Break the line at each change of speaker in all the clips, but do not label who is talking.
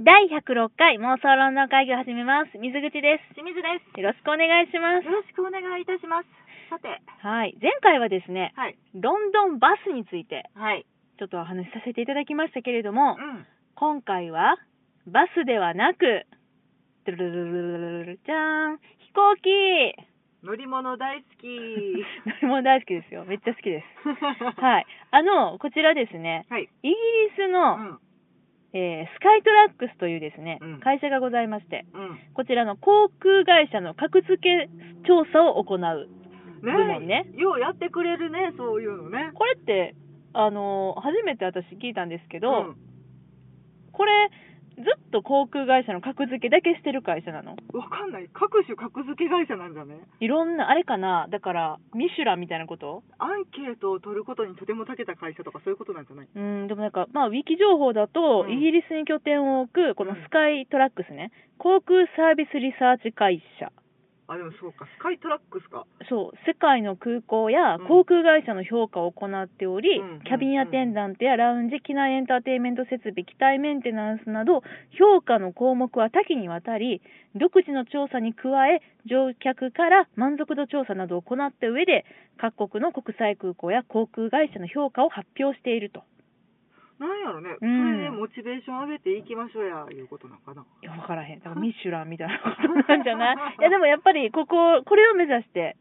第106回妄想論の会議を始めます。水口で
清水です。
す。よろしくお願いします
よ。ろしくお願いいたします。さて、
はい。前回はですね、
はい。
ロンドンバスについて
はい。
ちょっとお話しさせていただきましたけれど
う
も、
ん。
今回はバスではなく、ドゥルルルルルルルじゃーん、飛行機
乗り物大好き。
乗り物大好きですよ。めっちゃ好きです。はい。あの、こちらですね、
はい。
イギリス
う
の、
ん。
えースカイトラックスというですね、
うん
会社がございまして、
うん。
こちらの航空会社の格付け調査を行う。部門ね
ようやってくれるね、そういうのね。
これって、あのー初めて私聞いたんですけど、
うん
これ、ずっと航空会社の格付けだけしてる会社なの
わかんない。各種格付け会社なんだね。
いろんな、あれかな、だから、ミシュランみたいなこと
アンケートを取ることにとても長けた会社とかそういうことなんじゃない
うん、でもなんか、まあ、ウィキ情報だと、
うん
イギリスに拠点を置く、このスカイトラックスね、航空サービスリサーチ会社。
あ、でもそうか、スカイトラックスか。
そう世界の空港や
うん
航空会社の評価を行っており、
うん
キャビンアテンダントやラウンジ機内エンターテインメント設備機体メンテナンスなど評価の項目は多岐にわたり独自の調査に加え乗客から満足度調査などを行った上で各国の国際空港や航空会社の評価を発表していると。
なんやろね、
うん
それでモチベーション上げていきましょうや、いうことなのかな。
いや分から へんだからミシュランみたいなことなんじゃない いやでもやっぱりこここれを目指して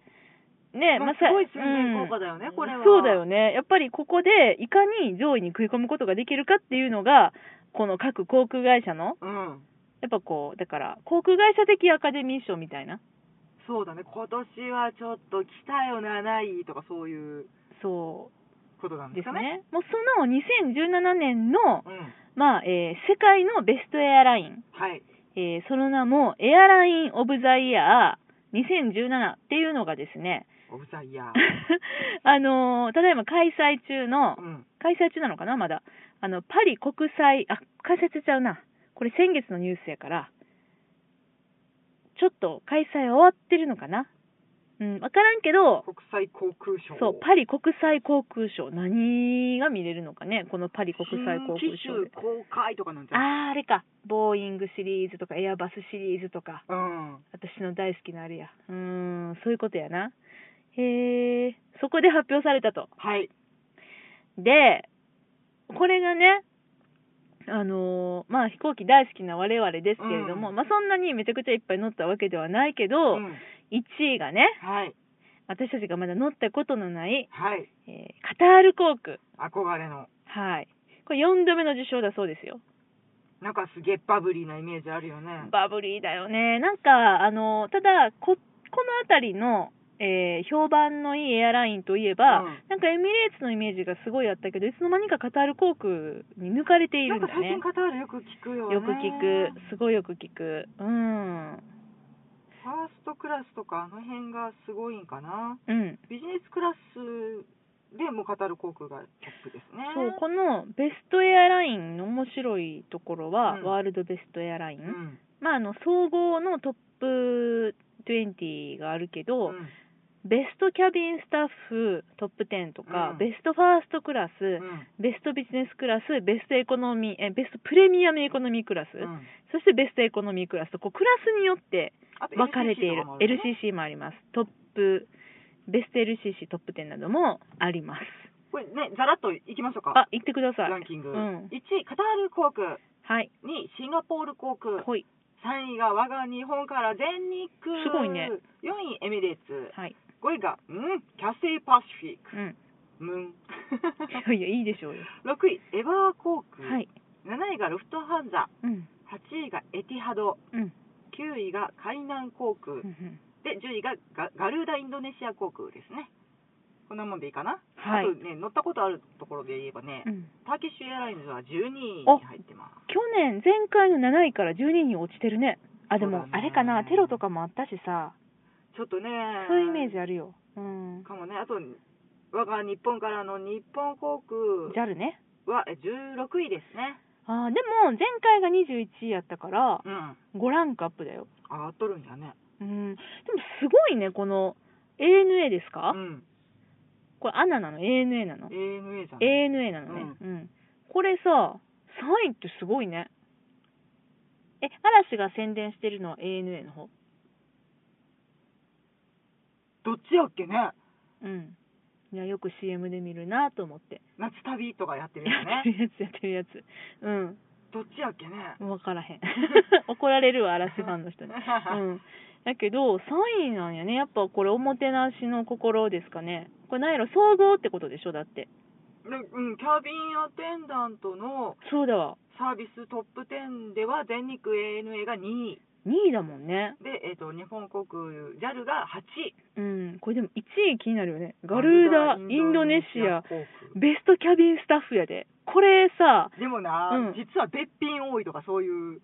ね
まあ
さ
すごい宣伝効果だよねこれは
そうだよねやっぱりここでいかに上位に食い込むことができるかっていうのがこの各航空会社の
うん。
やっぱこうだから航空会社的アカデミー賞みたいな
そうだね、今年はちょっと来たよな、ないとかそういう
そ
ことなん
う
で
ですす
かね。
ねもうその2017年の
うん。
まあ、えー世界のベストエアライン
はい。
えーその名もエアライン・オブ・ザ・イヤー2017っていうのがですね、
オブザイヤー。
あのーただいま開催中の
う、ん。
開催中なのかな、まだ、あのパリ国際、あ開催中ちゃうな、これ、先月のニュースやから、ちょっと開催終わってるのかな、うん、分からんけど、
国際航空賞。
そう、パリ国際航空ショー、何が見れるのかね、このパリ国際航空シ
新機
ョー
種
で。
公開とかなんじゃない
あー、あれか、ボーイングシリーズとか、エアバスシリーズとか。
うん。
私の大好きなあれやうーんそういうことやなへえそこで発表されたと
はい。
でこれがねあのーまあ飛行機大好きな我々ですけれども、
うん
まあそんなにめちゃくちゃいっぱい乗ったわけではないけ
う
ど、
ん
1位がね
はい。
私たちがまだ乗ったことのない、
はい。
えーカタール航空
憧れの。
はいこれ4度目の受賞だそうですよ
なんかすげえバブリーなイメージあるよね。
バブリーだよね。なんか、あの、ただ、こ、この辺りの、えー評判のいいエアラインといえば、
うん
なんかエミレーツのイメージがすごいあったけど、いつの間にかカタール航空に抜かれてい
な
る
ん
ん
か
だ
最
ね
近。カタールよく聞くよね。
よく聞く。すごいよく聞く。うん。
ファーストクラスとかあの辺がすごいんかな。
うん。
ビジネスクラスでもカタール航空がトップですね。
そう、このベストエアラインの面白いところは、
うん
ワールドベストエアライン。
うん。
まあ、あの、総合のトップ20があるけど、
うん
ベストキャビンスタッフトップ10とか、
うん
ベストファーストクラス、
うん
ベストビジネスクラス、ベストエコノミー、えベストプレミアムエコノミークラス、
うん
そしてベストエコノミークラスと、こうクラスによって
あと
分かれている
LCC とかもあ。ね
LCC もあります。トップ、ベスト LCC トップ10などもあります。
これね、ざらっといきましょうか。
あ、行ってください。
ランキング。
うん
1。位、カタール航空。
はい。
2位、シンガポール航空。
ほい。
3位が我が日本から全日空。
すごいね。
4位、エミレーツ。
はい。
5位が、うん、キャセイパシフィック。
うん。
ムン。
いや いや、いいでしょうよ。
6位、エバー航空。
はい。
7位がロフトハンザ。
うん。
8位がエティハド。
うん。
9位が海南航空。
うんうん
で、10位がガガルーダインドネシア航空ですね。こんなもんでいいかな。
はい
あとね、乗ったことあるところで言えばね、
うん
ターキッシュエアラインズは12位に入ってます。
去年、前回の7位から12位に落ちてるね。あ、で
そ
も
う、だ
あ
ね
れかな、テロとかもあったしさ、
ちょっとね、
そういうイメージあるよ。うん。
かもね、あと、我が日本からの日本航空
JAL ね。
はえ16位ですね。
あーでも前回が21位やったから
うん。
5ランクアップだよ
上がっとるんやね。
うんでもすごいねこの ANA ですか、
うん。
これアナなの ANA なの
ANA じゃん。
ANA なのねうん、これさ3位ってすごいねえ、嵐が宣伝してるのは ANA の方
どっちやっけね
うん。いや、よく CM で見るなと思って。
夏旅とかやってる よ
やっ
ね
てるやつ、やってるやつ。うん。
どっちやっけね
分から へん怒られるわ嵐ファンの 人に、うん、だけど3位なんやねやっぱこれおもてなしの心ですかねこれ何やろ総合ってことでしょだって
ねうん、キャビンアテンダントの
そうだわ
サービストップ10では全日空 ANA が2位
2位だもんね
で、えー、と日本航空 JAL が8位
うんこれでも1位気になるよねガルーダインドネシア
航空
ベストキャビンスタッフやでこれさ
でもな、
うん
実は別品多いとかそういう
そういう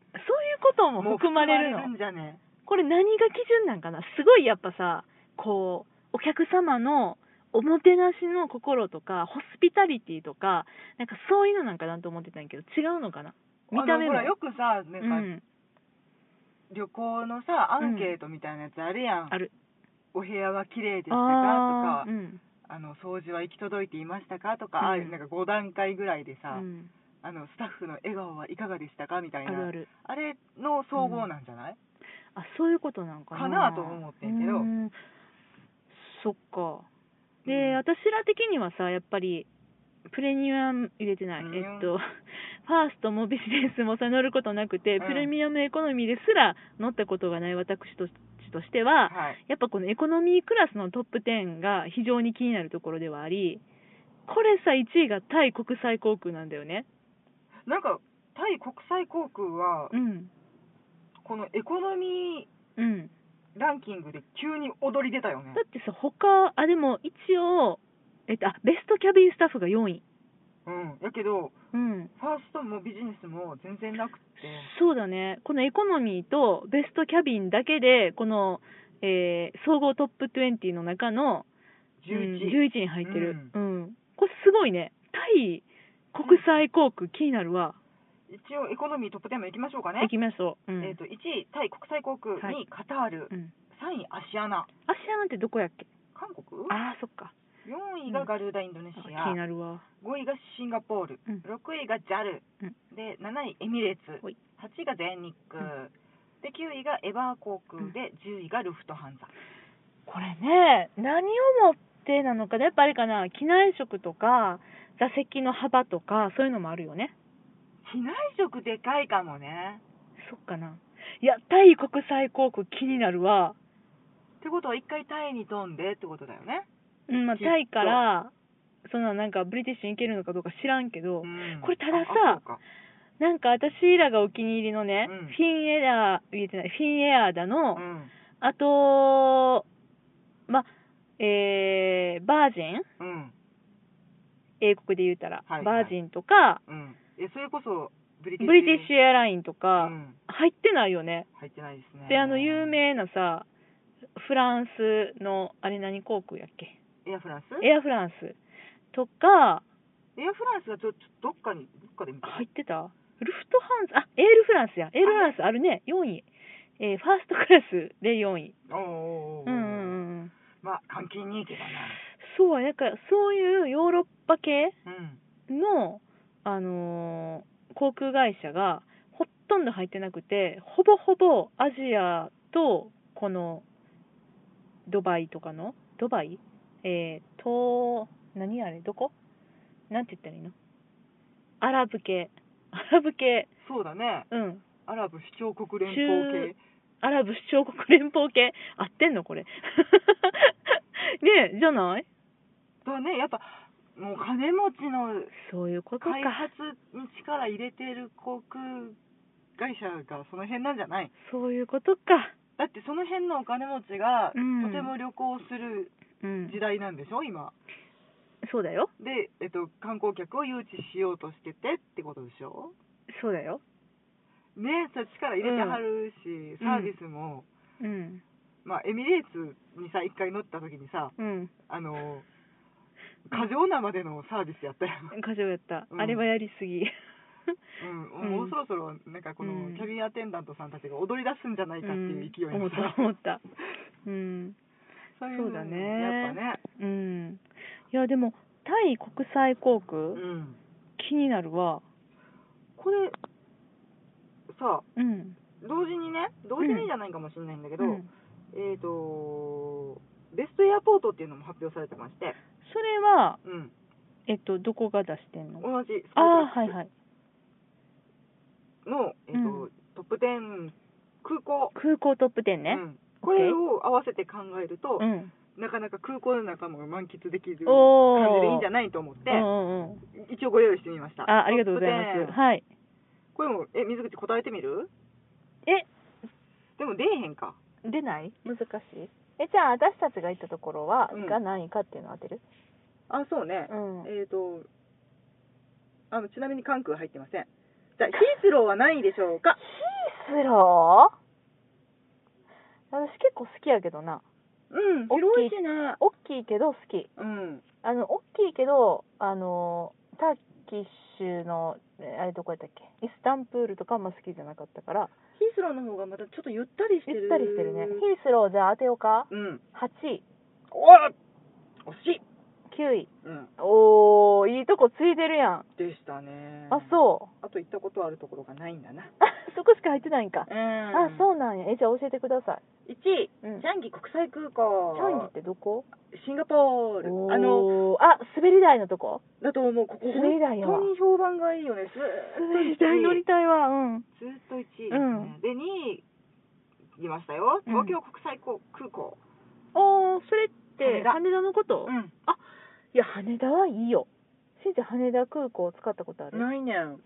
ことも含まれるの
もう含まんじゃね
これ何が基準なんかなすごいやっぱさこうお客様のおもてなしの心とかホスピタリティとかなんかそういうのなんかなと思ってたんやけど違うのかな見た目
あの
も
ほらよくさ
う
なんか、
ん、
旅行のさアンケートみたいなやつあるやん、
ある
お部屋は綺麗でしたかと
あ
か
ーうん
あの掃除は行き届いていましたかとか、
うん
ああいうなんか5段階ぐらいで
う
さ、
ん
あのスタッフの笑顔はいかがでしたかみた
あ
いな
るある
あれの総合なんじゃない、
あそういうことなんかな
かなと思ってんけど
うんそっかで、
うん
私ら的にはさやっぱりプレミアム入れてない、
うん
えっと ファーストもビジネスもさ乗ることなくて、
うん
プレミアムエコノミーですら乗ったことがない私ととしては、
はい
やっぱこのエコノミークラスのトップ10が非常に気になるところではありこれさ1位がタイ国際航空なんだよね
なんかタイ国際航空は
うん
このエコノミ
うん
ーランキングで急に踊り出たよね
だってさ他あでも一応えっとあベストキャビンスタッフが4位
うんやけど
うん
ファーストもビジネスも全然なくって
そうだね、このエコノミーとベストキャビンだけで、この、えー総合トップ20の中の、うん
11、
11に入ってる、うんこれすごいね、タイ国際航空、気になるわ、
一応エコノミートップ10も行きましょうかね
行きましょう、うん
えー、と1位タイ国際航空、
は
2
い
位カタール、
うん、
3位アシアナ
アシアなんてどこやっけ、
韓国
ああ、そっか、
4位がガルーダインドネシ
気
ア、
になるわ、
5位がシンガポール、
うん
6位が JAL、
うん
で7位エミレーツ
ほい
8位が全日空、
う
で9位がエバー航空
うん
で、10位がルフトハンザ
これね、何をもってなのかな、やっぱあれかな、機内食とか、座席の幅とか、そういうのもあるよね。
機内食でかいかもね
そっかな。いや、タイ国際航空気になるわ。
ってことは1回タイに飛んでってことだよね、
うん、まあ、
きっと
タイから、そのなんかブリティッシュに行けるのかどうか知らんけど、
うん
これたださ
ああそうか
なんか私らがお気に入りのね、
うん
フィンエア、言えてない、フィンエアだの、
うん
あと、ま、えー、バージン
うん
英国で言うたら、
はい
バージンとか、
うんえそれこそブリティッシュ
ブリティッシュエアラインと
う
か、
ん、
入ってないよね。
入ってないですね
で、あの、有名なさ、フランスの、あれ何航空やっけ
エアフランス
エアフランスとか、
エアフランスがちょちょどっかにどっかで見た
入ってたルフトハンズあエールフランスやエールフランスあるね4位、えーファーストクラスで4位
おーおーおーお
う
ー
んうんうん
まあ換金に行けば
そうやなんかそういうヨーロッパ系
なうん
の、あのー航空会社がほとんど入ってなくてほぼほぼアジアとこのドバイとかのドバイえー、と何あれどこなんて言ったらいいのアラブ系アラブ系
そうだね
うん
アラブ首長国連邦系
アラブ首長国連邦系合ってんのこれ ねえじゃない
だねやっぱもう金持ちの
そういうことか
開発に力入れてる航空会社がその辺なんじゃない
そういうことか
だってその辺のお金持ちが
うん
とても旅行する
うん
時代なんでしょ今
そうだよ
で、えっと、観光客を誘致しようとしててってことでしょ
そうだよ
ねそれ力入れてはるし、
うん
サービスも、
うん
まあ、エミレーツにさ一回乗った時にさ
うん
あの過剰なまでのサービスやったよ、
過剰やった、
うん
あれはやりすぎ
うん、もうそろそろなんかこ
う
の
ん
キャビンアテンダントさんたちが踊り出すんじゃないかっていう勢い
うん思
の
った
さ、
思ったうん
そういう
そ
の
うだね
やっぱね
うんいやでもタイ国際航空、
うん
気になるわ
これさ
うん
同時にね同時にじゃないかもしれないんだけど、
うん
えっ、とベストエアポートっていうのも発表されてまして、
それは、
うん、
えっと、どこが出してんの
同じス
あ
カ
あ
イ
ー、はいはい。
の、えーと
うん
トップ10空港、
空港トップ10ね
う。んこれを合わせて考えると
う、ん。
なかなか空港の中も満喫できる感
おー
じでいいんじゃないと思って
う、んうんうん。
一応ご用意してみました
あ、ありがとうござい
ト
ま
ップ
す。
10
はい。
これもえ水口答えてみる
え、
でも出えへんか
出ない難しい。え、じゃあ私たちが行ったところは
うん
何位かっていうのを当てる
あそうね、
うん
えっ、とあのちなみに関空入ってませんじゃあヒースローは何位でしょうか
ヒースロー私結構好きやけどな。
うん
大き
広
い
いしね
大きいけど好き。
うん
あの、大きいけど、あの、ターキッシュの、えあれどこやったっけイスタンプールとかあんま好きじゃなかったから、
ヒースローの方がまたちょっとゆったりしてる
ゆったりしてるね。ヒースローじゃあ当てようか
うん
?8 位、
おら惜しい
9位。
うん
おー、いいとこついてるやん。
でしたね
あ、そう。
あと行ったことあるところがないんだな
あ そこしか入ってないんか。
うん
あ、そうなんや。え、じゃあ教えてくださ
1位
い。うん。
チ
チャ
ャンギ国際空港
ンギってどこ
シンガポールあの
おーあ、滑り台のとこ
だと思うここ
滑り台やわ
本当に評判がいいよねず
滑
ー
り
っと
台乗
1
り
位
たいわ。うん。
ずーっと1位ですね、
うん
で2位いましたよ
うん
東京国際空港
おー、それっ
羽
て
田
羽田のこと
ん
あ、いや、羽田はいいよ。しんちゃん羽田空港使ったことある
ないねん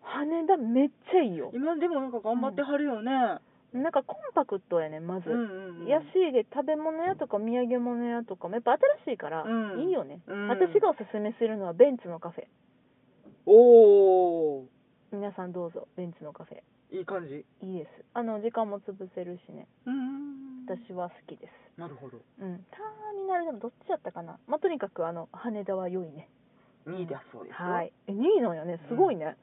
羽田めっちゃいいよ。
今でもなんか頑張ってはるよね、
なんかコンパクトやね、まず。
うんうんうん
やしで食べ物屋とか土産物屋とかもやっぱ新しいから
うん
いいよね、
うん
私がおすすめするのはベンツのカフェ
おお
皆さんどうぞベンツのカフェ
いい感じ
いいですあの時間も潰せるしね
うん
私は好きです
なるほど
うんターミナルでもどっちだったかなまあとにかくあの羽田は良いね
2位だそうですよ
はいえ2位なんよねすごいね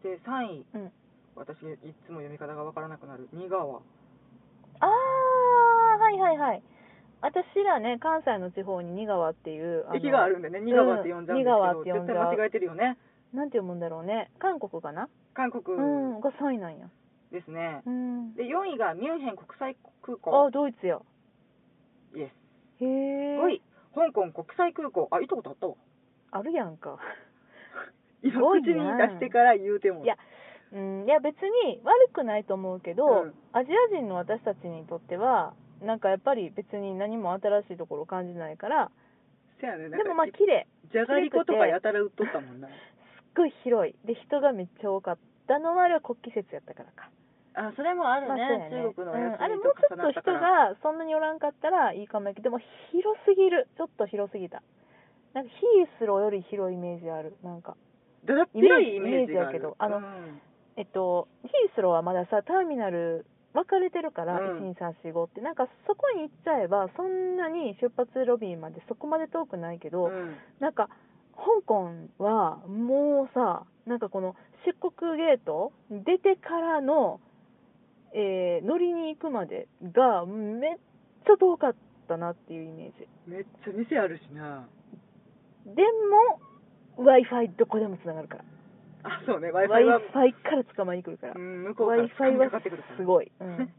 そして3位
うん、
私いつも読み方がわからなくなる新川
ああはいはいはい私らね関西の地方に仁川っていうの
駅があるんでね新川って呼んじゃうんですけど、
うん新川って呼んじゃう
絶対間違えてるよね
なんて読むんだろうね韓国かな
韓国
うん、が3位なんや
ですね、
うん
で4位がミュンヘン国際空
あ
港
ドイツや
イエ
へえ
ス5位香港国際空港あ行ったことあったわ
あるやんか
今
すごい
口
ね
に出してから言うても
いやうんいや別に悪くないと思うけど、
うん
アジア人の私たちにとってはなんかやっぱり別に何も新しいところを感じないから
せやね
で
なんか
もまあ綺麗
じゃがりことかやたら売っとったもんな
すっごい広いで人がめっちゃ多かったのはあれは国旗節やったからか
あそれもある
まあ
ね,、
そうやね
中国のおや
う
つ
んあれも
と
うちょっ
重な
と
った
人
から
がそんなにおらんかったらいいかもやけどでも広すぎるちょっと広すぎたなんかヒースローより広いイメージあるなんか
だだっ広いイメージ
イメージ
が
や
ある
けどあの
うん
えっと、ヒースローはまださターミナル分かれてるから、
うん
12345ってなんかそこに行っちゃえばそんなに出発ロビーまでそこまで遠くないけど、
うん
なんか香港はもうさなんかこの出国ゲート出てからの、えー乗りに行くまでがめっちゃ遠かったなっていうイメージ
めっちゃ店あるしな
でも w i f i どこでもつながるから
あそうね w i f
w
i
i
は
f i から捕まえに来るから
う
w
ん向こうか
i
ら
f i
か
は
かってくるから
すごい、 うん、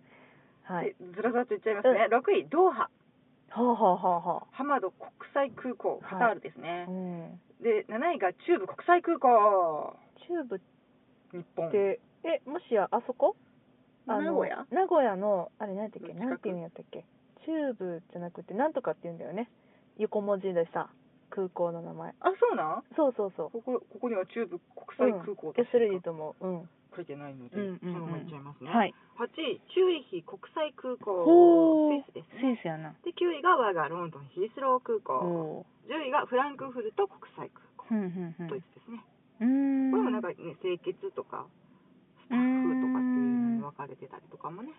はい
でずらずらっといっちゃいますね、6位ドーハ
はあはあはあは
ハマド国際空港カタールです
あ、
ね
う、ん、
で7位が中部国際空港
チューブっ
日本
て、えもしやあそこあの
名古屋
名古屋のあれ何やったっけ
の近く
なんていうんやったっけチューブじゃなくてなんとかって言うんだよね横文字でさ空港の名前
あそうなん
そうそうそう
ここここには中部国際空港
うん、
と
いやそれでいいと思ううん
書いてないので、
うんうんうん
そのままいっちゃいますね、
はい
8位チューリヒ国際空港
ほ
ス
ー
イスです
ス
ね
イスやな
で9位が我がロンドンヒースロー空港
お
10位がフランクフルト国際空港
ーふんふんふん
ドイツですね、
うーん
これもなんかね清潔とかスタッフとかっていうのに分かれてたりとかもね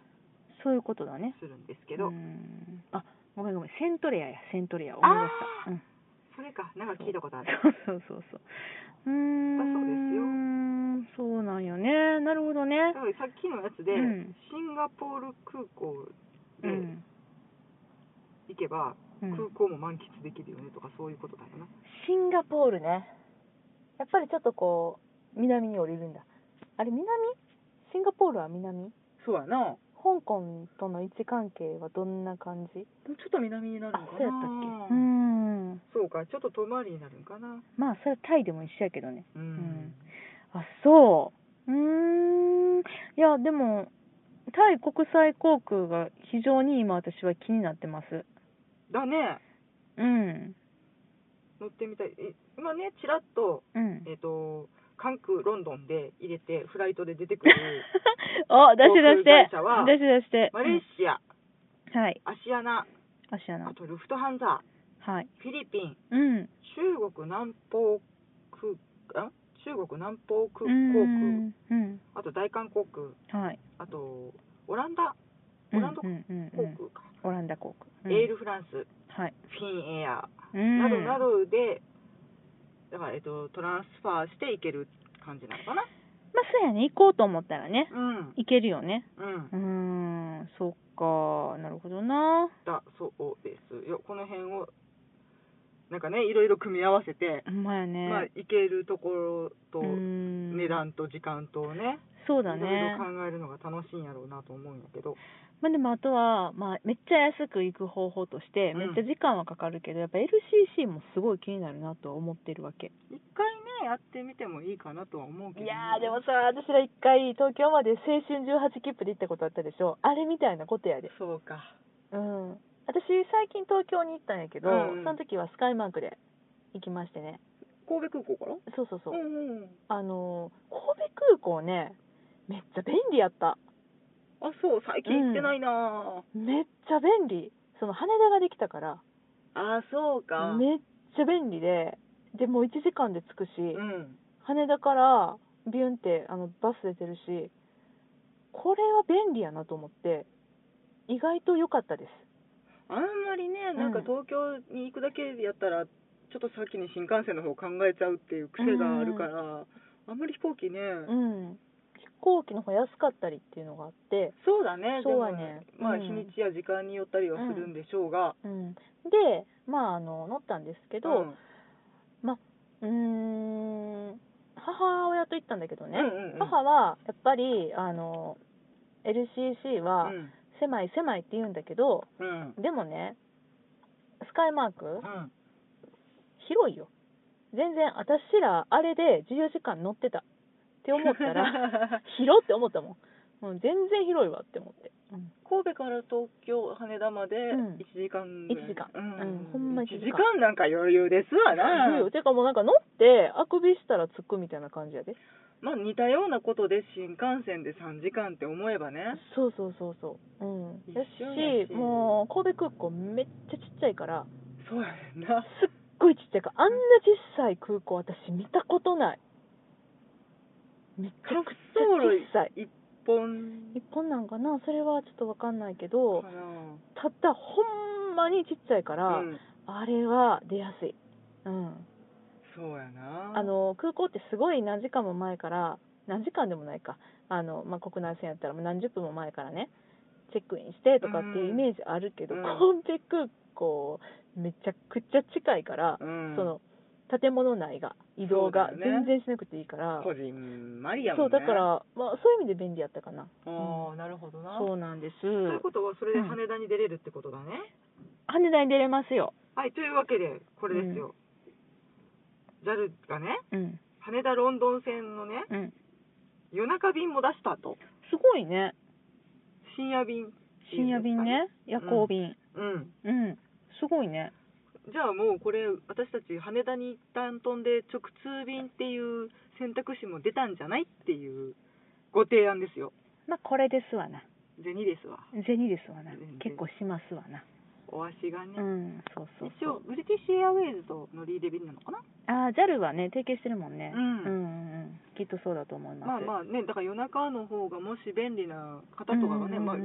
そういうことだね
するんですけど、
うーんあごめんごめんセントレアやセントレア
あー
思い出したうん
それかなんか聞いたことある
そうそうそうそううーん
そうですよ
そうなんよねなるほどね
だからさっきのやつで、
うん
シンガポール空港
う
で
ん、
行け
う
ば、
ん
空港も満喫できるよねとかそういうことだよな
シンガポールねやっぱりちょっとこう南に降りるんだあれ南シンガポールは南
そうやな。も
香港との位置関係はどんな感じ
うちょっと南になるのかな。
あそうやったっけうん
そうか、ちょっと遠回りになるんかな。
まあそれはタイでも一緒やけどね
う
うん
ん。
あそううーんいやでもタイ国際航空が非常に今私は気になってます
だね。
うん
乗ってみたい。え今ね、ちらっと、
うん
えっ、と、関空、ロンドンで入れて、フライトで出てくる
お出して出し
航空
て
会社は
出して出して
マレーシア、
うんはい
アシアナ、
アシアナ
あとルフトハンザ、
はい
フィリピン、
うん
中国南方空、ん中国南方空
う
航空、
んうん
あと大韓航空、
はい
あとオランダ
う
オ
ん
ランダ
うんうん
航
うん
空か、
オランダ航空
エールフランス、フ
うんはい
ィンエア、
うん
などなどで、だから、えっと、トランスファーしていける感じなのかな。
まあそうやね行こうと思ったらね
うん、
行けるよね
うん
う、ーんそっかなるほどな
だそうですよ。この辺を、なんかね、いろいろ組み合わせて、
ほんまやね、
まあ、いけるところと、値
値
段と時間とね、
そう
い
だ
ろいろ
ね
考えるのが楽しいんやろうなと思うんやけど、
まあでもあとは、まあ、めっちゃ安く行く方法として
うん
めっちゃ時間はかかるけど、やっぱ LCC もすごい気になるなとは思ってるわけ
一回ね、やってみてもいいかなとは思うけどね、
さ私ら一回東京まで青春18切符で行ったことあったでしょあれみたいなことやで
そうか。
うん私最近東京に行ったんやけど、
うんうん
その時はスカイマークで行きましてね
神戸空港から
そうそうそう、
んうん。
あのー神戸空港ねめっちゃ便利やった
あ、そう、最近行ってないなぁ、
めっちゃ便利その羽田ができたから
あ、そうか。
めっちゃ便利ででもう1時間で着くし、
うん。
羽田からビュンってあのバス出てるしこれは便利やなと思って意外と良かったです
あんまりね、なんか
うん
東京に行くだけやったら、ちょっと先に新幹線の方考えちゃうっていう癖があるから、あんまり飛行機ね、
うん飛行機の方安かったりっていうのがあって
そうだね、
そうはね
でもまあ、
うん
日にちや時間によったりはするんでしょうが、
うんでまああの乗ったんですけ
うん
どうーん母親と行ったんだけどね、
うんうんうん
母はやっぱりあの LCC は
うん
狭い狭いって言うんだけど、
うん
でもねスカイマーク
うん
広いよ全然私らあれで14時間乗ってたって思った ら 広って思ったもん、うん、全然広いわって思って、うん
神戸から東京羽田まで
うん
1時間ぐらい、
一時間
うん
うんほんま一時
一
間
時間なんか余裕ですわな、
うんてかもうなんか乗ってあくびしたら着くみたいな感じやで
まあ似たようなことで新幹線で3時間って思えばね
そうそうそうそううん
一
や
緒や
し
し
もう神戸空港めっちゃちっちゃいから
そうやねんな
すっごいちっちゃいからあんな小さい空港私見たことないめっちゃ
滑
くち
走
ゃ小さい
路一本
日本なんかなそれはちょっとわかんないけど
かな
たったほんまにちっちゃいから、
うん、
あれは出やすい、うん、
そうやな
あの空港ってすごい何時間も前から何時間でもないかあの、まあ、国内線やったらもう何十分も前からねチェックインしてとかっていうイメージあるけど、
うん
神戸空港めちゃくちゃ近いから、
うん
その建物内が移動が
そうだよね
全然しなくていいから
個人マリア
そ
もね
うだから、まあ、そういう意味で便利やったかな
ああなるほどな
そうなんです
ということはそれで羽田に出れるってことだね、
羽田に出れますよ、
はいというわけでこれですよ、JAL がね
うん
羽田ロンドン線のね
うん、
夜中便も出したと
すごいね
深夜便
深夜便ね夜行便、
うん
うん、すごいね。
じゃあもうこれ私たち羽田に一旦飛んで直通便っていう選択肢も出たんじゃないっていうご提案ですよ
まあ、これですわな。
銭ですわ
銭ですわな
うん。
結構しますわな。
お足がね、
うん、そうそう
一
そ
応
う。
ブリティッシュエアウェイズと乗り入れ便なのかな
ああ、JAL はね、提携してるもんね。
うん
うん、うん。きっとそうだと思います。
まあまあねだから夜中の方がもし便利な方とかが
うんうん
ね、
うん
まあ、って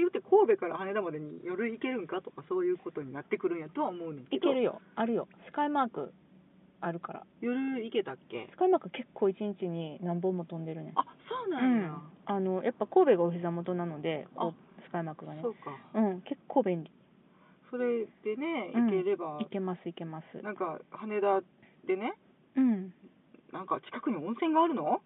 言って神戸から羽田までに夜行けるんかとかそういうことになってくるんやとは思うねんけ
い
ど
けるよ。あるよ。スカイマークあるから。
夜行けたっけ
スカイマーク結構一日に何本も飛んでるね。
あそう
う
なんや
ん、。あの、やっぱ神戸がお膝元なので、
あ
こうスカイマークがね
そ。うか
うん、結構便利。
それでね
うん
行ければ
い、けます、いけます。
なんか羽田でね
うん。
なんか近くに温泉があるの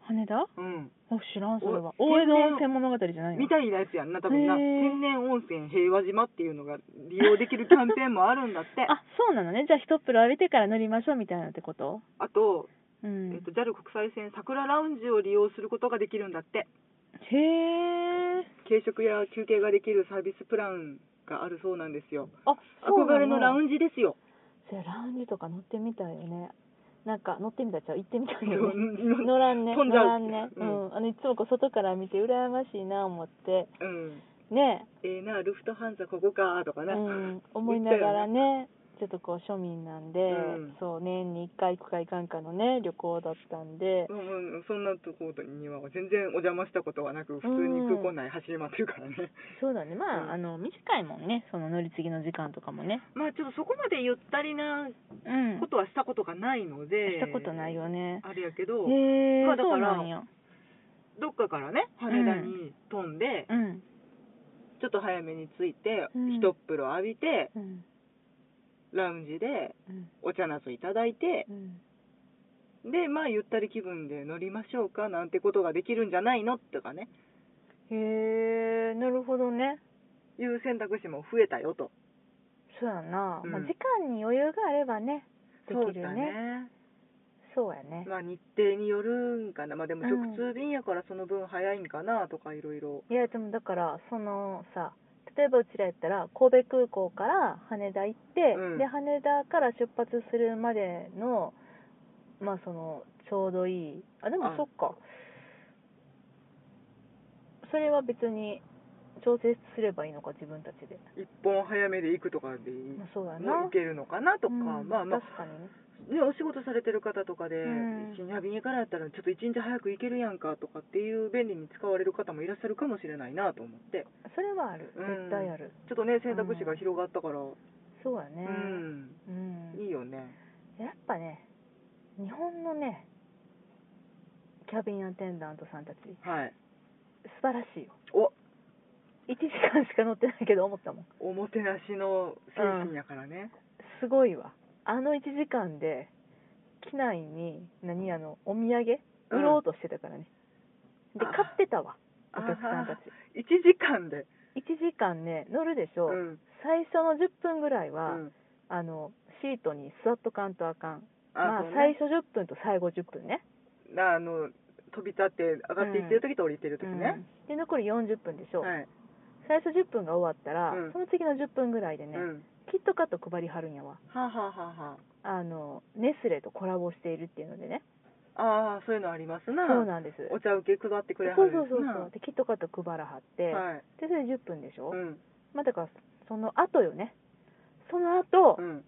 羽田
うん
お知らんそれは
お
大江戸
天然
温泉物語じゃないの
みたいなやつやんな多分な
へー
天然温泉平和島っていうのが利用できるキャンペーンもあるんだってあ
あそうなのねじゃあ一プロ浴びてから乗りましょうみたいなってこと
と,、
う
え
ん
っと JAL 国際線桜ラウンジを利用することができるんだって
へえ
軽食や休憩ができるサービスプランがあるそうなんですよ
あそう
憧れのラ
ンジ
ウンジですよ
そうラウンジとか乗ってみたいよねなんか乗ってみたいちゃう行ってみたいよね
乗
乗らんね
飛ん
乗
じゃう
らんねう
うん
ん、あのいつもこう外から見て羨ましいな思って
うん
ね
ええなルフトハンザここかとか
う
な、
ん、思いながらねちょっとこう庶民なんで、
うん
そう年に1回行くか行かんかのね旅行だったんで、
うんうん、そんなところには全然お邪魔したことはなく普通に空港内走り回ってるからね、
そうだねまあ,、
うん
あの短いもんねその乗り継ぎの時間とかもね
まあちょっとそこまでゆったり
う
な
ん
ことはしたことがないの
し
で、
たことないよね
あれやけ
へ
ど、
え
まあだか
そ
ら
うなんや
どっかからね羽田に飛んで、
うん
ちょっと早めに着いて、
うん
一風呂浴びて
うん
ラウンジで
うん
お茶などいただいて
うん
でまあゆったり気分で乗りましょうかなんてことができるんじゃないのとかね
へえなるほどね
いう選択肢も増えたよと
そうやな、
うん
まあ、時間に余裕があればねできるねそうやね、
まあ日程によるんかなまあでも
うん
直通便やからその分早いんかなとかいろいろ
いやでもだからそのさ例えばうちらやったら神戸空港から羽田行って、
うん
で羽田から出発するまでのまあそのちょうどいいあでも
あ
そっかそれは別に調整すればいいのか自分たちで、
一本早めで行くとかでいい
まあ、そうやな
もう行けるのかなと
う
か、
ん
まあまあ
確かにね
ね、お仕事されてる方とかで、
うん
深夜便やからやったら、ちょっと一日早く行けるやんかとかっていう便利に使われる方もいらっしゃるかもしれないなと思って、
それはある
うん
絶対ある、
ちょっとね、選択肢が広がったから、う
そうやね
ん、
うん、
いいよね。
やっぱね日本のねキャビンアテンダントさんたち
はい。
素晴らしいよ
お
1時間しか乗ってないけど思ったもん
おもてなしの精神やからね。
すごいわあの1時間で機内に何あのお土産売ろうとしてたからね、で
あ
買ってたわお
あ
客さんたち
1時間で。
1時間ね乗るでし
う
ょ、
ん。
最初の10分ぐらいうは、
ん
あのシートに座っとかんとあかんまあ
そうね
最初10分と最後10分ね
なあの、飛び立って、上がっていってる時と降りてる時ね。
うんで残り40分でしょ、
はい。
最初10分が終わったら、
うん
その次の10分ぐらいでね、
うん。
キットカット配りはるんやわ
はあ、はあはあは
あのネスレとコラボしているっていうのでね、
あ、ああ、そういうのありますな。
そうなんです
お茶受け配ってくれは
そう
る
そ
や
う
つ
そう
な
そうでキットカット配らはって、
はい。
でそれで10分でしょ、
うん。
まあだからその後よねその後、
うん。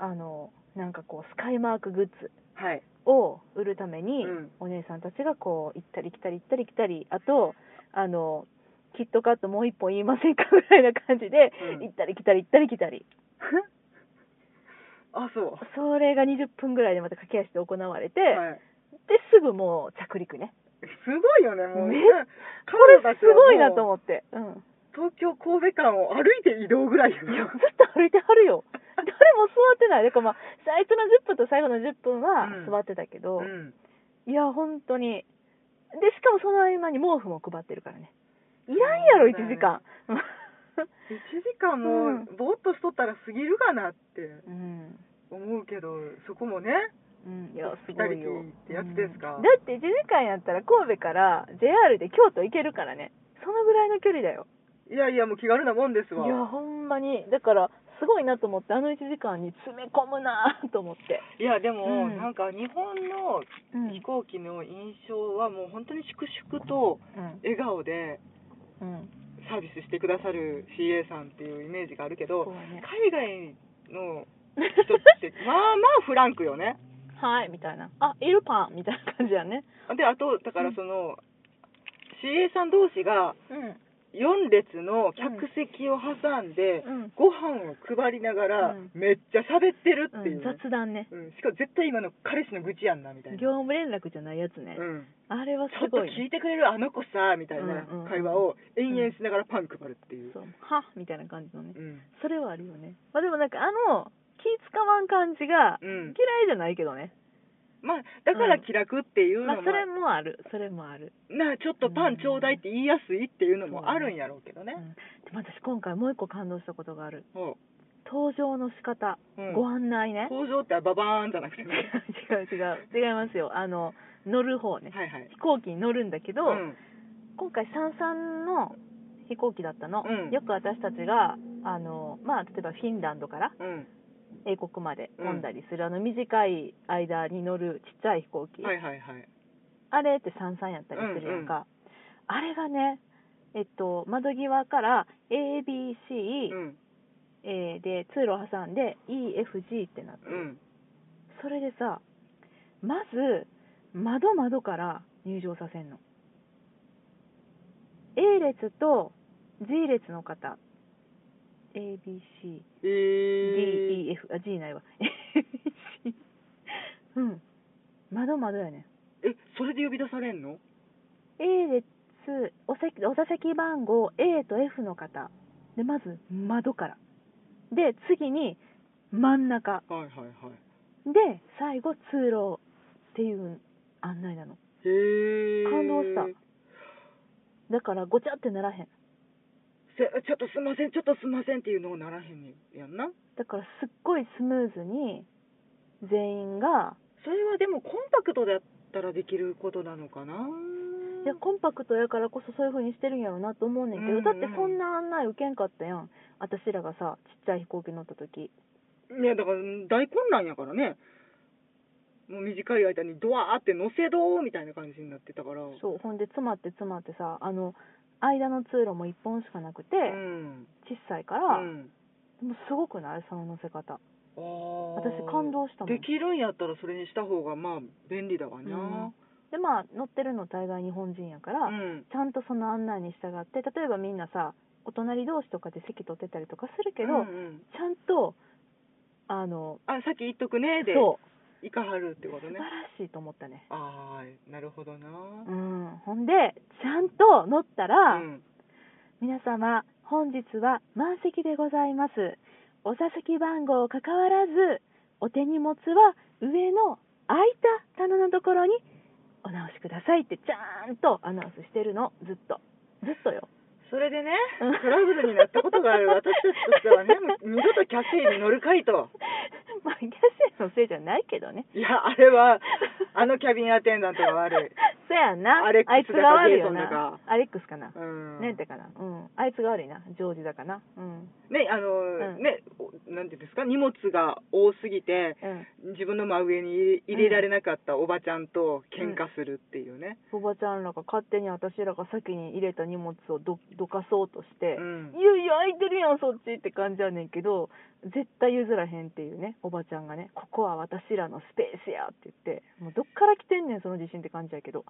あのなんかこうスカイマークグッズ
はい。
を売るために、
うん
お姉さんたちがこう行ったり来たり行ったり来たりあとあのキットカットもう一本言いませんかぐらいな感じで、
うん
行ったり来たり行ったり来たり
あ、そう。
それが20分ぐらいでまた駆け足で行われて、
はい。
ですぐもう着陸ね
すごいよね、もう。
ねこれ
彼女た
す
ちはもう
ごいなと思って、うん、い
東京神戸間を歩いて移動ぐらいよね
やずっと歩いてはるよ誰も座ってないだからまあ最初の10分と最後の10分は
うん
座ってたけど、
うん。
いや本当にでしかもその合間に毛布も配ってるからねいらんやろ1時間、
1時間
う
も
ん
ぼーっとしとったら過ぎるかなって
うん
思うけど、そこもね、
うん、いや
ピ
す
タ
ご
リ
い
テ
よ
ィってやつですか
うんだって1時間やったら神戸から JR で京都行けるからねそのぐらいの距離だよ
いやいや、もう気軽なもんですわ。
いやほんまにだからすごいなと思ってあの1時間に詰め込むなぁと思って、
いやでも、
うん
なんか日本の
う
飛行機の印象はもう本当に粛々と
うん
笑顔で
うん
サービスしてくださる CA さんっていうイメージがあるけど、
そうね
海外の人 ってまあまあフランクよね
はいみたいなあいるパンみたいな感じやね
であとだからその、CA さん同士が
う
4列の客席を挟んで、
んうん
ご飯を配りながら、
うん
めっちゃ喋ってるっていううんね、
雑談ね
うんしかも絶対今の彼氏の愚痴やんなみたいな、
業務連絡じゃないやつね、
うん、
あれは
ちょ
す
っと
ごいね
聞いてくれるあの子さみたい
う
な
んうん
会話を延々しながらパン配るっていう、
そうはみたいな感じのね
うん
それはあるよねまあでもなんかあの気使わん感じが
うん
嫌いじゃないけどね
まあだから気楽っていう
まあ
のも、
それもあるそれもある、
なあちょっとパンちょうだいって言いやすいっていうのもあるんやろうけど
う
ね
ん、でも私今回もう一個感動したことがある
おう
登場の仕方、
うん
ご案内ね
工場ってババーンじゃなくて
違う
ね
違う違いますよあの乗る方ね、
はいはい
飛行機に乗るんだけど、
うん
今回三三の飛行機だったの、
うん
よく私たちがあのまあ例えばフィンランドから
うん
英国まで
うん
飛んだりする、あの短い間に乗るちっちゃい飛行機、
はいはいはい
あれって三三やったりするやんか、あれがねえっと窓際から ABC、
うん
えーで通路を挟んで EFG ってなって
う
る、
ん
それでさまず窓窓から入場させんの A 列と G 列の方 ABCDEF
えー、
あ G ないわ ABC うん窓窓やね
えそれで呼び出されんの
A 列お席お座席番号 A と F の方でまず窓からで次に真ん中
はいはいはい
で最後通路っていう案内なの
へえ
感動しただからごちゃってならへん
せちょっとすんませんちょっとすんませんっていうのをならへんやんな
だからすっごいスムーズに全員が
それはでもコンパクトだったらできることなのかない
やコンパクトやからこそそういう風にしてるんやろうなと思うねんけど、
うんうん
だってそんな案内受けんかったやん私らがさちっちゃい飛行機乗った時
いやだから大混乱やからねもう短い間にドワーって乗せどーみたいな感じになってたからう
そうほんで詰まって詰まってさあの間の通路も1本しかなくて、
ん
小さいから、
うん、
でもすごくないその乗せ方
あー
私感動したもん
できるんやったらそれにした方がまあ便利だわにゃ
うんでまあ乗ってるの大概日本人やから、
うん
ちゃんとその案内に従って例えばみんなさお隣同士とかで席取ってたりとかするけど、
うんうん
ちゃんとあの
あさっき言っとくねで
そう
いかはるってこと
素晴
ね
らしいと思ったね
ああなるほどな
うんほんでちゃんと乗ったら、
うん
皆様本日は満席でございますお座席番号かかわらずお手荷物は上の空いた棚のところにお直しくださいってちゃんとアナウンスしてるのずっとずっとよ
それでね
うん
トラブルになったことがある私たちとして はねもう二度とキャシーに乗るかいと
まあキャッシュのせいじゃないけどね
いやあれはあのキャビンアテンダントが 悪い
そやんな
アレックスだか
あいつが悪いよ
ジェイソンだ
な
か
アレックスかな、
うん
なんてかなうんあいつが悪いなジョージだかなうん
ね、あの、
うん
ね、おなんていうんですか、荷物が多すぎて、
うん
自分の真上に入れ入れられなかったおばちゃんと喧嘩するっていうね。
おばちゃんらが勝手に私らが先に入れた荷物をどどかそうとして、
うん
いやいや空いてるやんそっちって感じやねんけど絶対譲らへんっていうねおばちゃんがねここは私らのスペースやって言ってもうどっから来てんねんその自信って感じやけど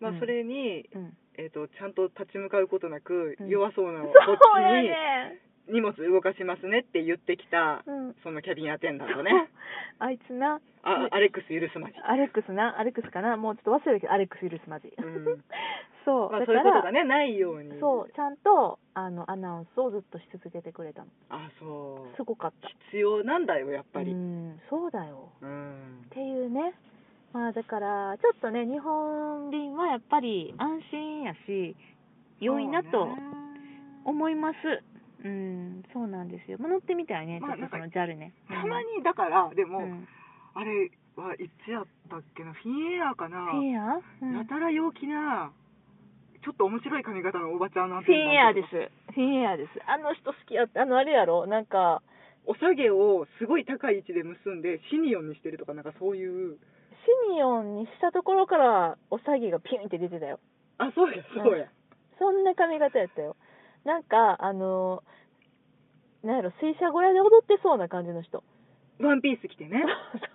まあ
う、ん
それに、
うん
えっ、と、ちゃんと立ち向かうことなく、
うん
弱そうなこっ
そうや
ちに
ね
荷物動かしますねって言ってきた、
うん
そのキャビンアテンダントね。
あいつな
あ、アレックス許すまじ。
アレックスなアレックスかなもうちょっと忘れるけどアレックス許すマジ、
うん
そう、
まあ、
だ
そ
か
ういうこと
ら
がね、ないように。
そうちゃんとあのアナウンスをずっとし続けてくれたの
あ、そ
す
う。
ごかった
必要なんだよ、やっぱり。
う
うん。
んそうだよっていうね、まあ、だからちょっとね日本便はやっぱり安心やし良いな
そう
と
ね
思いますうんそうなんですよまあ乗ってみたいねち
ま
ょ
あ
っとその
なん
JAL ね
たまに、だから、でも、
うん
あれはいつやったっけな、フィンエアーかな、
フィンエアうん
やたら陽気な、ちょっと面白い髪型のおばちゃんなん。
フィンエアですすフィンエアですあの人好きやったあのあれやろなんか
お下げをすごい高い位置で結んで、シニオンにしてるとか、なんかそういう、
シニオンにしたところからお詐欺がピュンって出てたよ
あ、そうや、そうや。
そんな髪型やったよなんかあのなんやろ水車小屋で踊ってそうな感じの人
ワンピース着てね、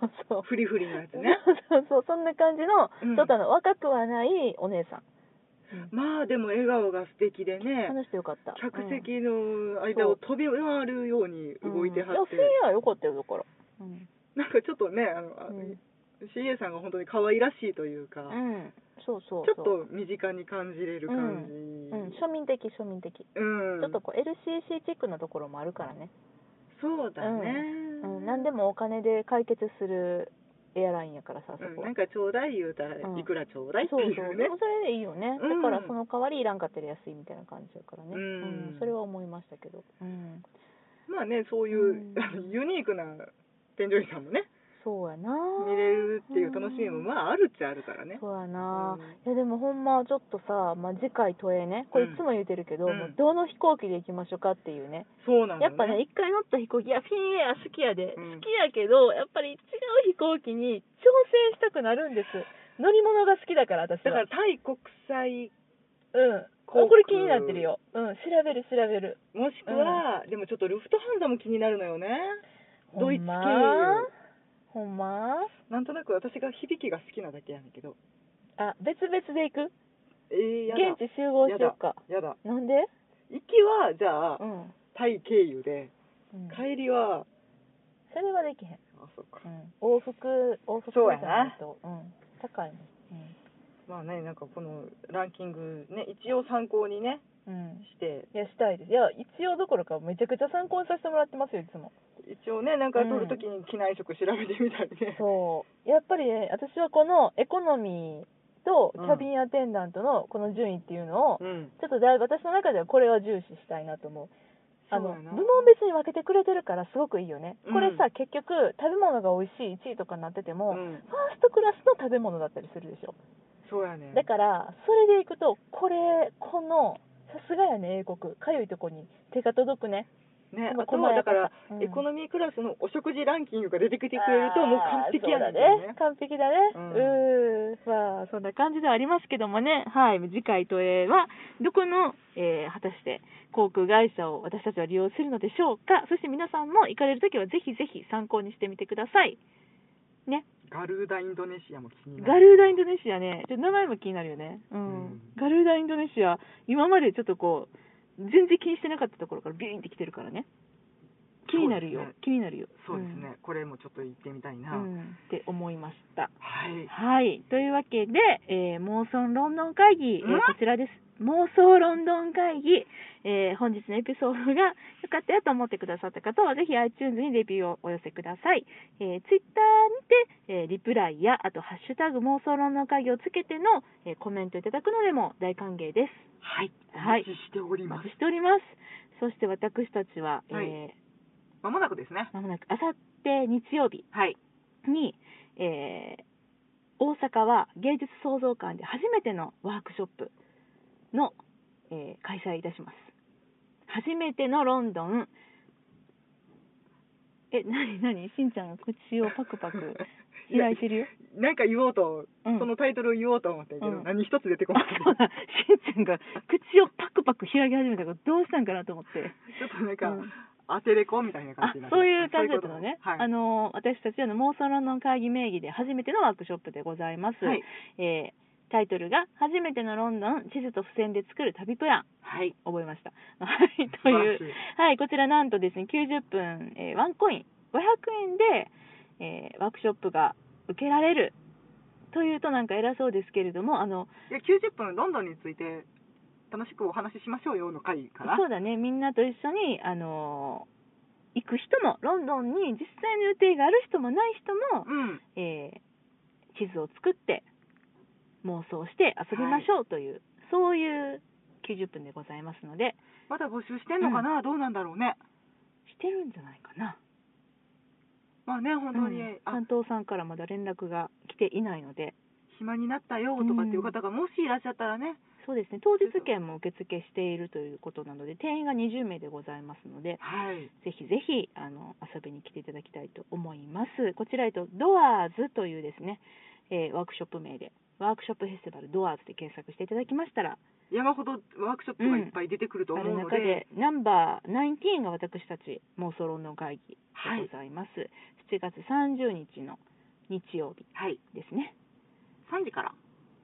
そうそう
フリフリのやつね。
そうそうそんな感じの、
うん
ちょっとあの若くはないお姉さん、
まあ、でも笑顔が素敵
あ
でね、
の人よかった
客
うん
席の間を飛び回るように動いてはっ
うんいや
て、
フィンは良かったよだからうん、
なんかちょっとね、あの、あ
うん
CA さんが本当に可愛らしいというか、
うんそうそう
ち
そう
ょっと身近に感じれる感じ。
うん、庶民的庶民的、
うん
ちょっとこう LCC チックなところもあるからね、
そうだね、
うん、何でもお金で解決するエアラインやからさそ
うん
こ、
なんかちょうだい言うたら
うん
いくらちょうだいって
そう
い
そう
う
で
ね
もそれでいいよね、
う
だ
ん
からその代わりいらんかったら安いみたいな感じやからね、
うん
それは思いましたけど、うん、
まあねそういう
うん
あの ユニークな添乗員さんもね
そうやな
見れるっていう楽しみも
うん
まああるっちゃあるからね
そうやな、
うん
いやでもほんまちょっとさ、まあ、次回都営ねこれいつも言うてるけど、
うん
もうどの飛行機で行きましょうかっていうね、
そうなの
やっぱね一回乗った飛行機いやフィンエア好きやで、
うん
好きやけどやっぱり違う飛行機に挑戦したくなるんです乗り物が好きだから私
だか
は
らタイ国際
うんあ
航空
これ気になってるようん調べる調べる
もしくは、でもちょっとルフトハンザも気になるのよねドイツ系
ほんま
なんとなく私が響きが好きなだけやねんけど
あ別々で行く
えー、やだ
現地集合しようか
やだ
なんで
行きはじゃあ、
うん、
タイ経由で
うん
帰りは
それはできへん
あそうか
うん、往復往復
そうやな
じゃないとうん、高いも
まあねなんかこのランキングね一応参考にね
んうん、うん、
して
いやしたいですいや一応どころかめちゃくちゃ参考にさせてもらってますよいつも
一応ねなんか撮るときに機内食調べてみたりね、
そうやっぱりね私はこのエコノミーとキ
うん
ャビンアテンダントのこの順位っていうのを、
うん
ちょっとだいぶ私の中ではこれは重視したいなと思うあの
そうや
部
な
門別に分けてくれてるからすごくいいよね、
うん
これさ結局食べ物が美味しい1位とかになってても、
う
フ
ん
ァーストクラスの食べ物だったりするでしょ
そうやね
だから、それでいくと、これ、この、さすがやね、英国、かゆいとこに手が届くね、
ね
この
あとはだから、
細やかさうん
エコノミークラスのお食事ランキングが出てきてくれるともう完璧やね
あー
ん
そうだ
けど
ね完
ね。
璧だね。うーん。まあ、
うん
そんな感じではありますけどもね、はい、次回とえは、どこの、えー果たして航空会社を私たちは利用するのでしょうか、そして皆さんも行かれるときは、ぜひぜひ参考にしてみてください。ね、
ガルーダインドネシアも気になる
ガルーダインドネシアね、ちょっと名前も気になるよね。う
うんん。
ガルーダインドネシア、今までちょっとこう、全然気にしてなかったところからビューンって来てるからね。気になるよ、
そうですね
気になるよ。
そうですね、これもちょっと行ってみたい
うん。
な、
うんって思いました。
はい
はい。というわけで、えー妄想ロンドン会議、えー
ん
こちらです。妄想ロンドン会議、えー本日のエピソードが良かったよと思ってくださった方は、ぜひ iTunes にレビューをお寄せください。えー Twitter にて、えーリプライや、あと、ハッシュタグ妄想ロンドン会議をつけての、えーコメントいただくのでも大歓迎です。
はい
はい
お待ちしてお
お
りま
待ち
す
しております。そして私たちは、
はい
え
まもなくですね
ーまもなく、あさって日曜日、
はい
に、えー大阪は芸術創造館で初めてのワークショップの、えー開催いたします初めてのロンドンえなになにしんちゃんが口をパクパク 開いてるよ、
なんか言おうと、
うん
そのタイトルを言おうと思ったけど、
うん
何一つ出てこ
あ
なくて
そうだしんちゃんが口をパクパク開き始めたからどうしたんかなと思って
ちょっとなんか、
うん
アテレコみたいな感
あ
じになって
そういう感じだったの
そういう
ね、
ことはい、
あの私たちの妄想論の会議名義で初めてのワークショップでございます、
はい
えータイトルが「初めてのロンドン地図と付箋で作る旅プラン
はい」
覚えました。 はい、という
素晴らしい、
はい、こちらなんとですね90分、えーワンコイン500円で、えーワークショップが受けられるというとなんか偉そうですけれどもあの
いや90分ロンドンについて楽しくお話ししましょうよの回から
そうだねみんなと一緒に、あのー行く人もロンドンに実際の予定がある人もない人も、
うん
えー地図を作って妄想して遊びましょうという、そういう90分でございますので
まだ募集してんのかな、どうなんだろうね
してるんじゃないかな
まあね本当に、
うん
あ
担当さんからまだ連絡が来ていないので
暇になったよとかっていう方がもしいらっしゃったらね、
そうですね当日券も受付しているということなので定員が20名でございますので
はい
ぜひぜひあの遊びに来ていただきたいと思いますこちらへとドアーズというですね、えーワークショップ名でワークショップフェスティバルドアーズで検索していただきましたら
山ほどワークショップがいっぱい出てくると思うの
ある中
で,、
でナンバー19が私たち妄想論の会議でございます、7月30日の日曜日
はい
ですね
3時から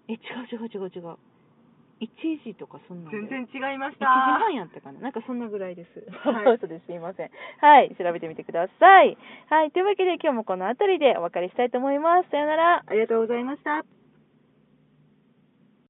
え違う違う違う違う1時とかそんなんだよ
全然違いま
1
し
時
た
半やったかななんかそんなぐらいです。
はい
嘘です。すいません。はい。調べてみてください。はい。というわけで今日もこの辺りでお別れしたいと思います。さよなら。
ありがとうございました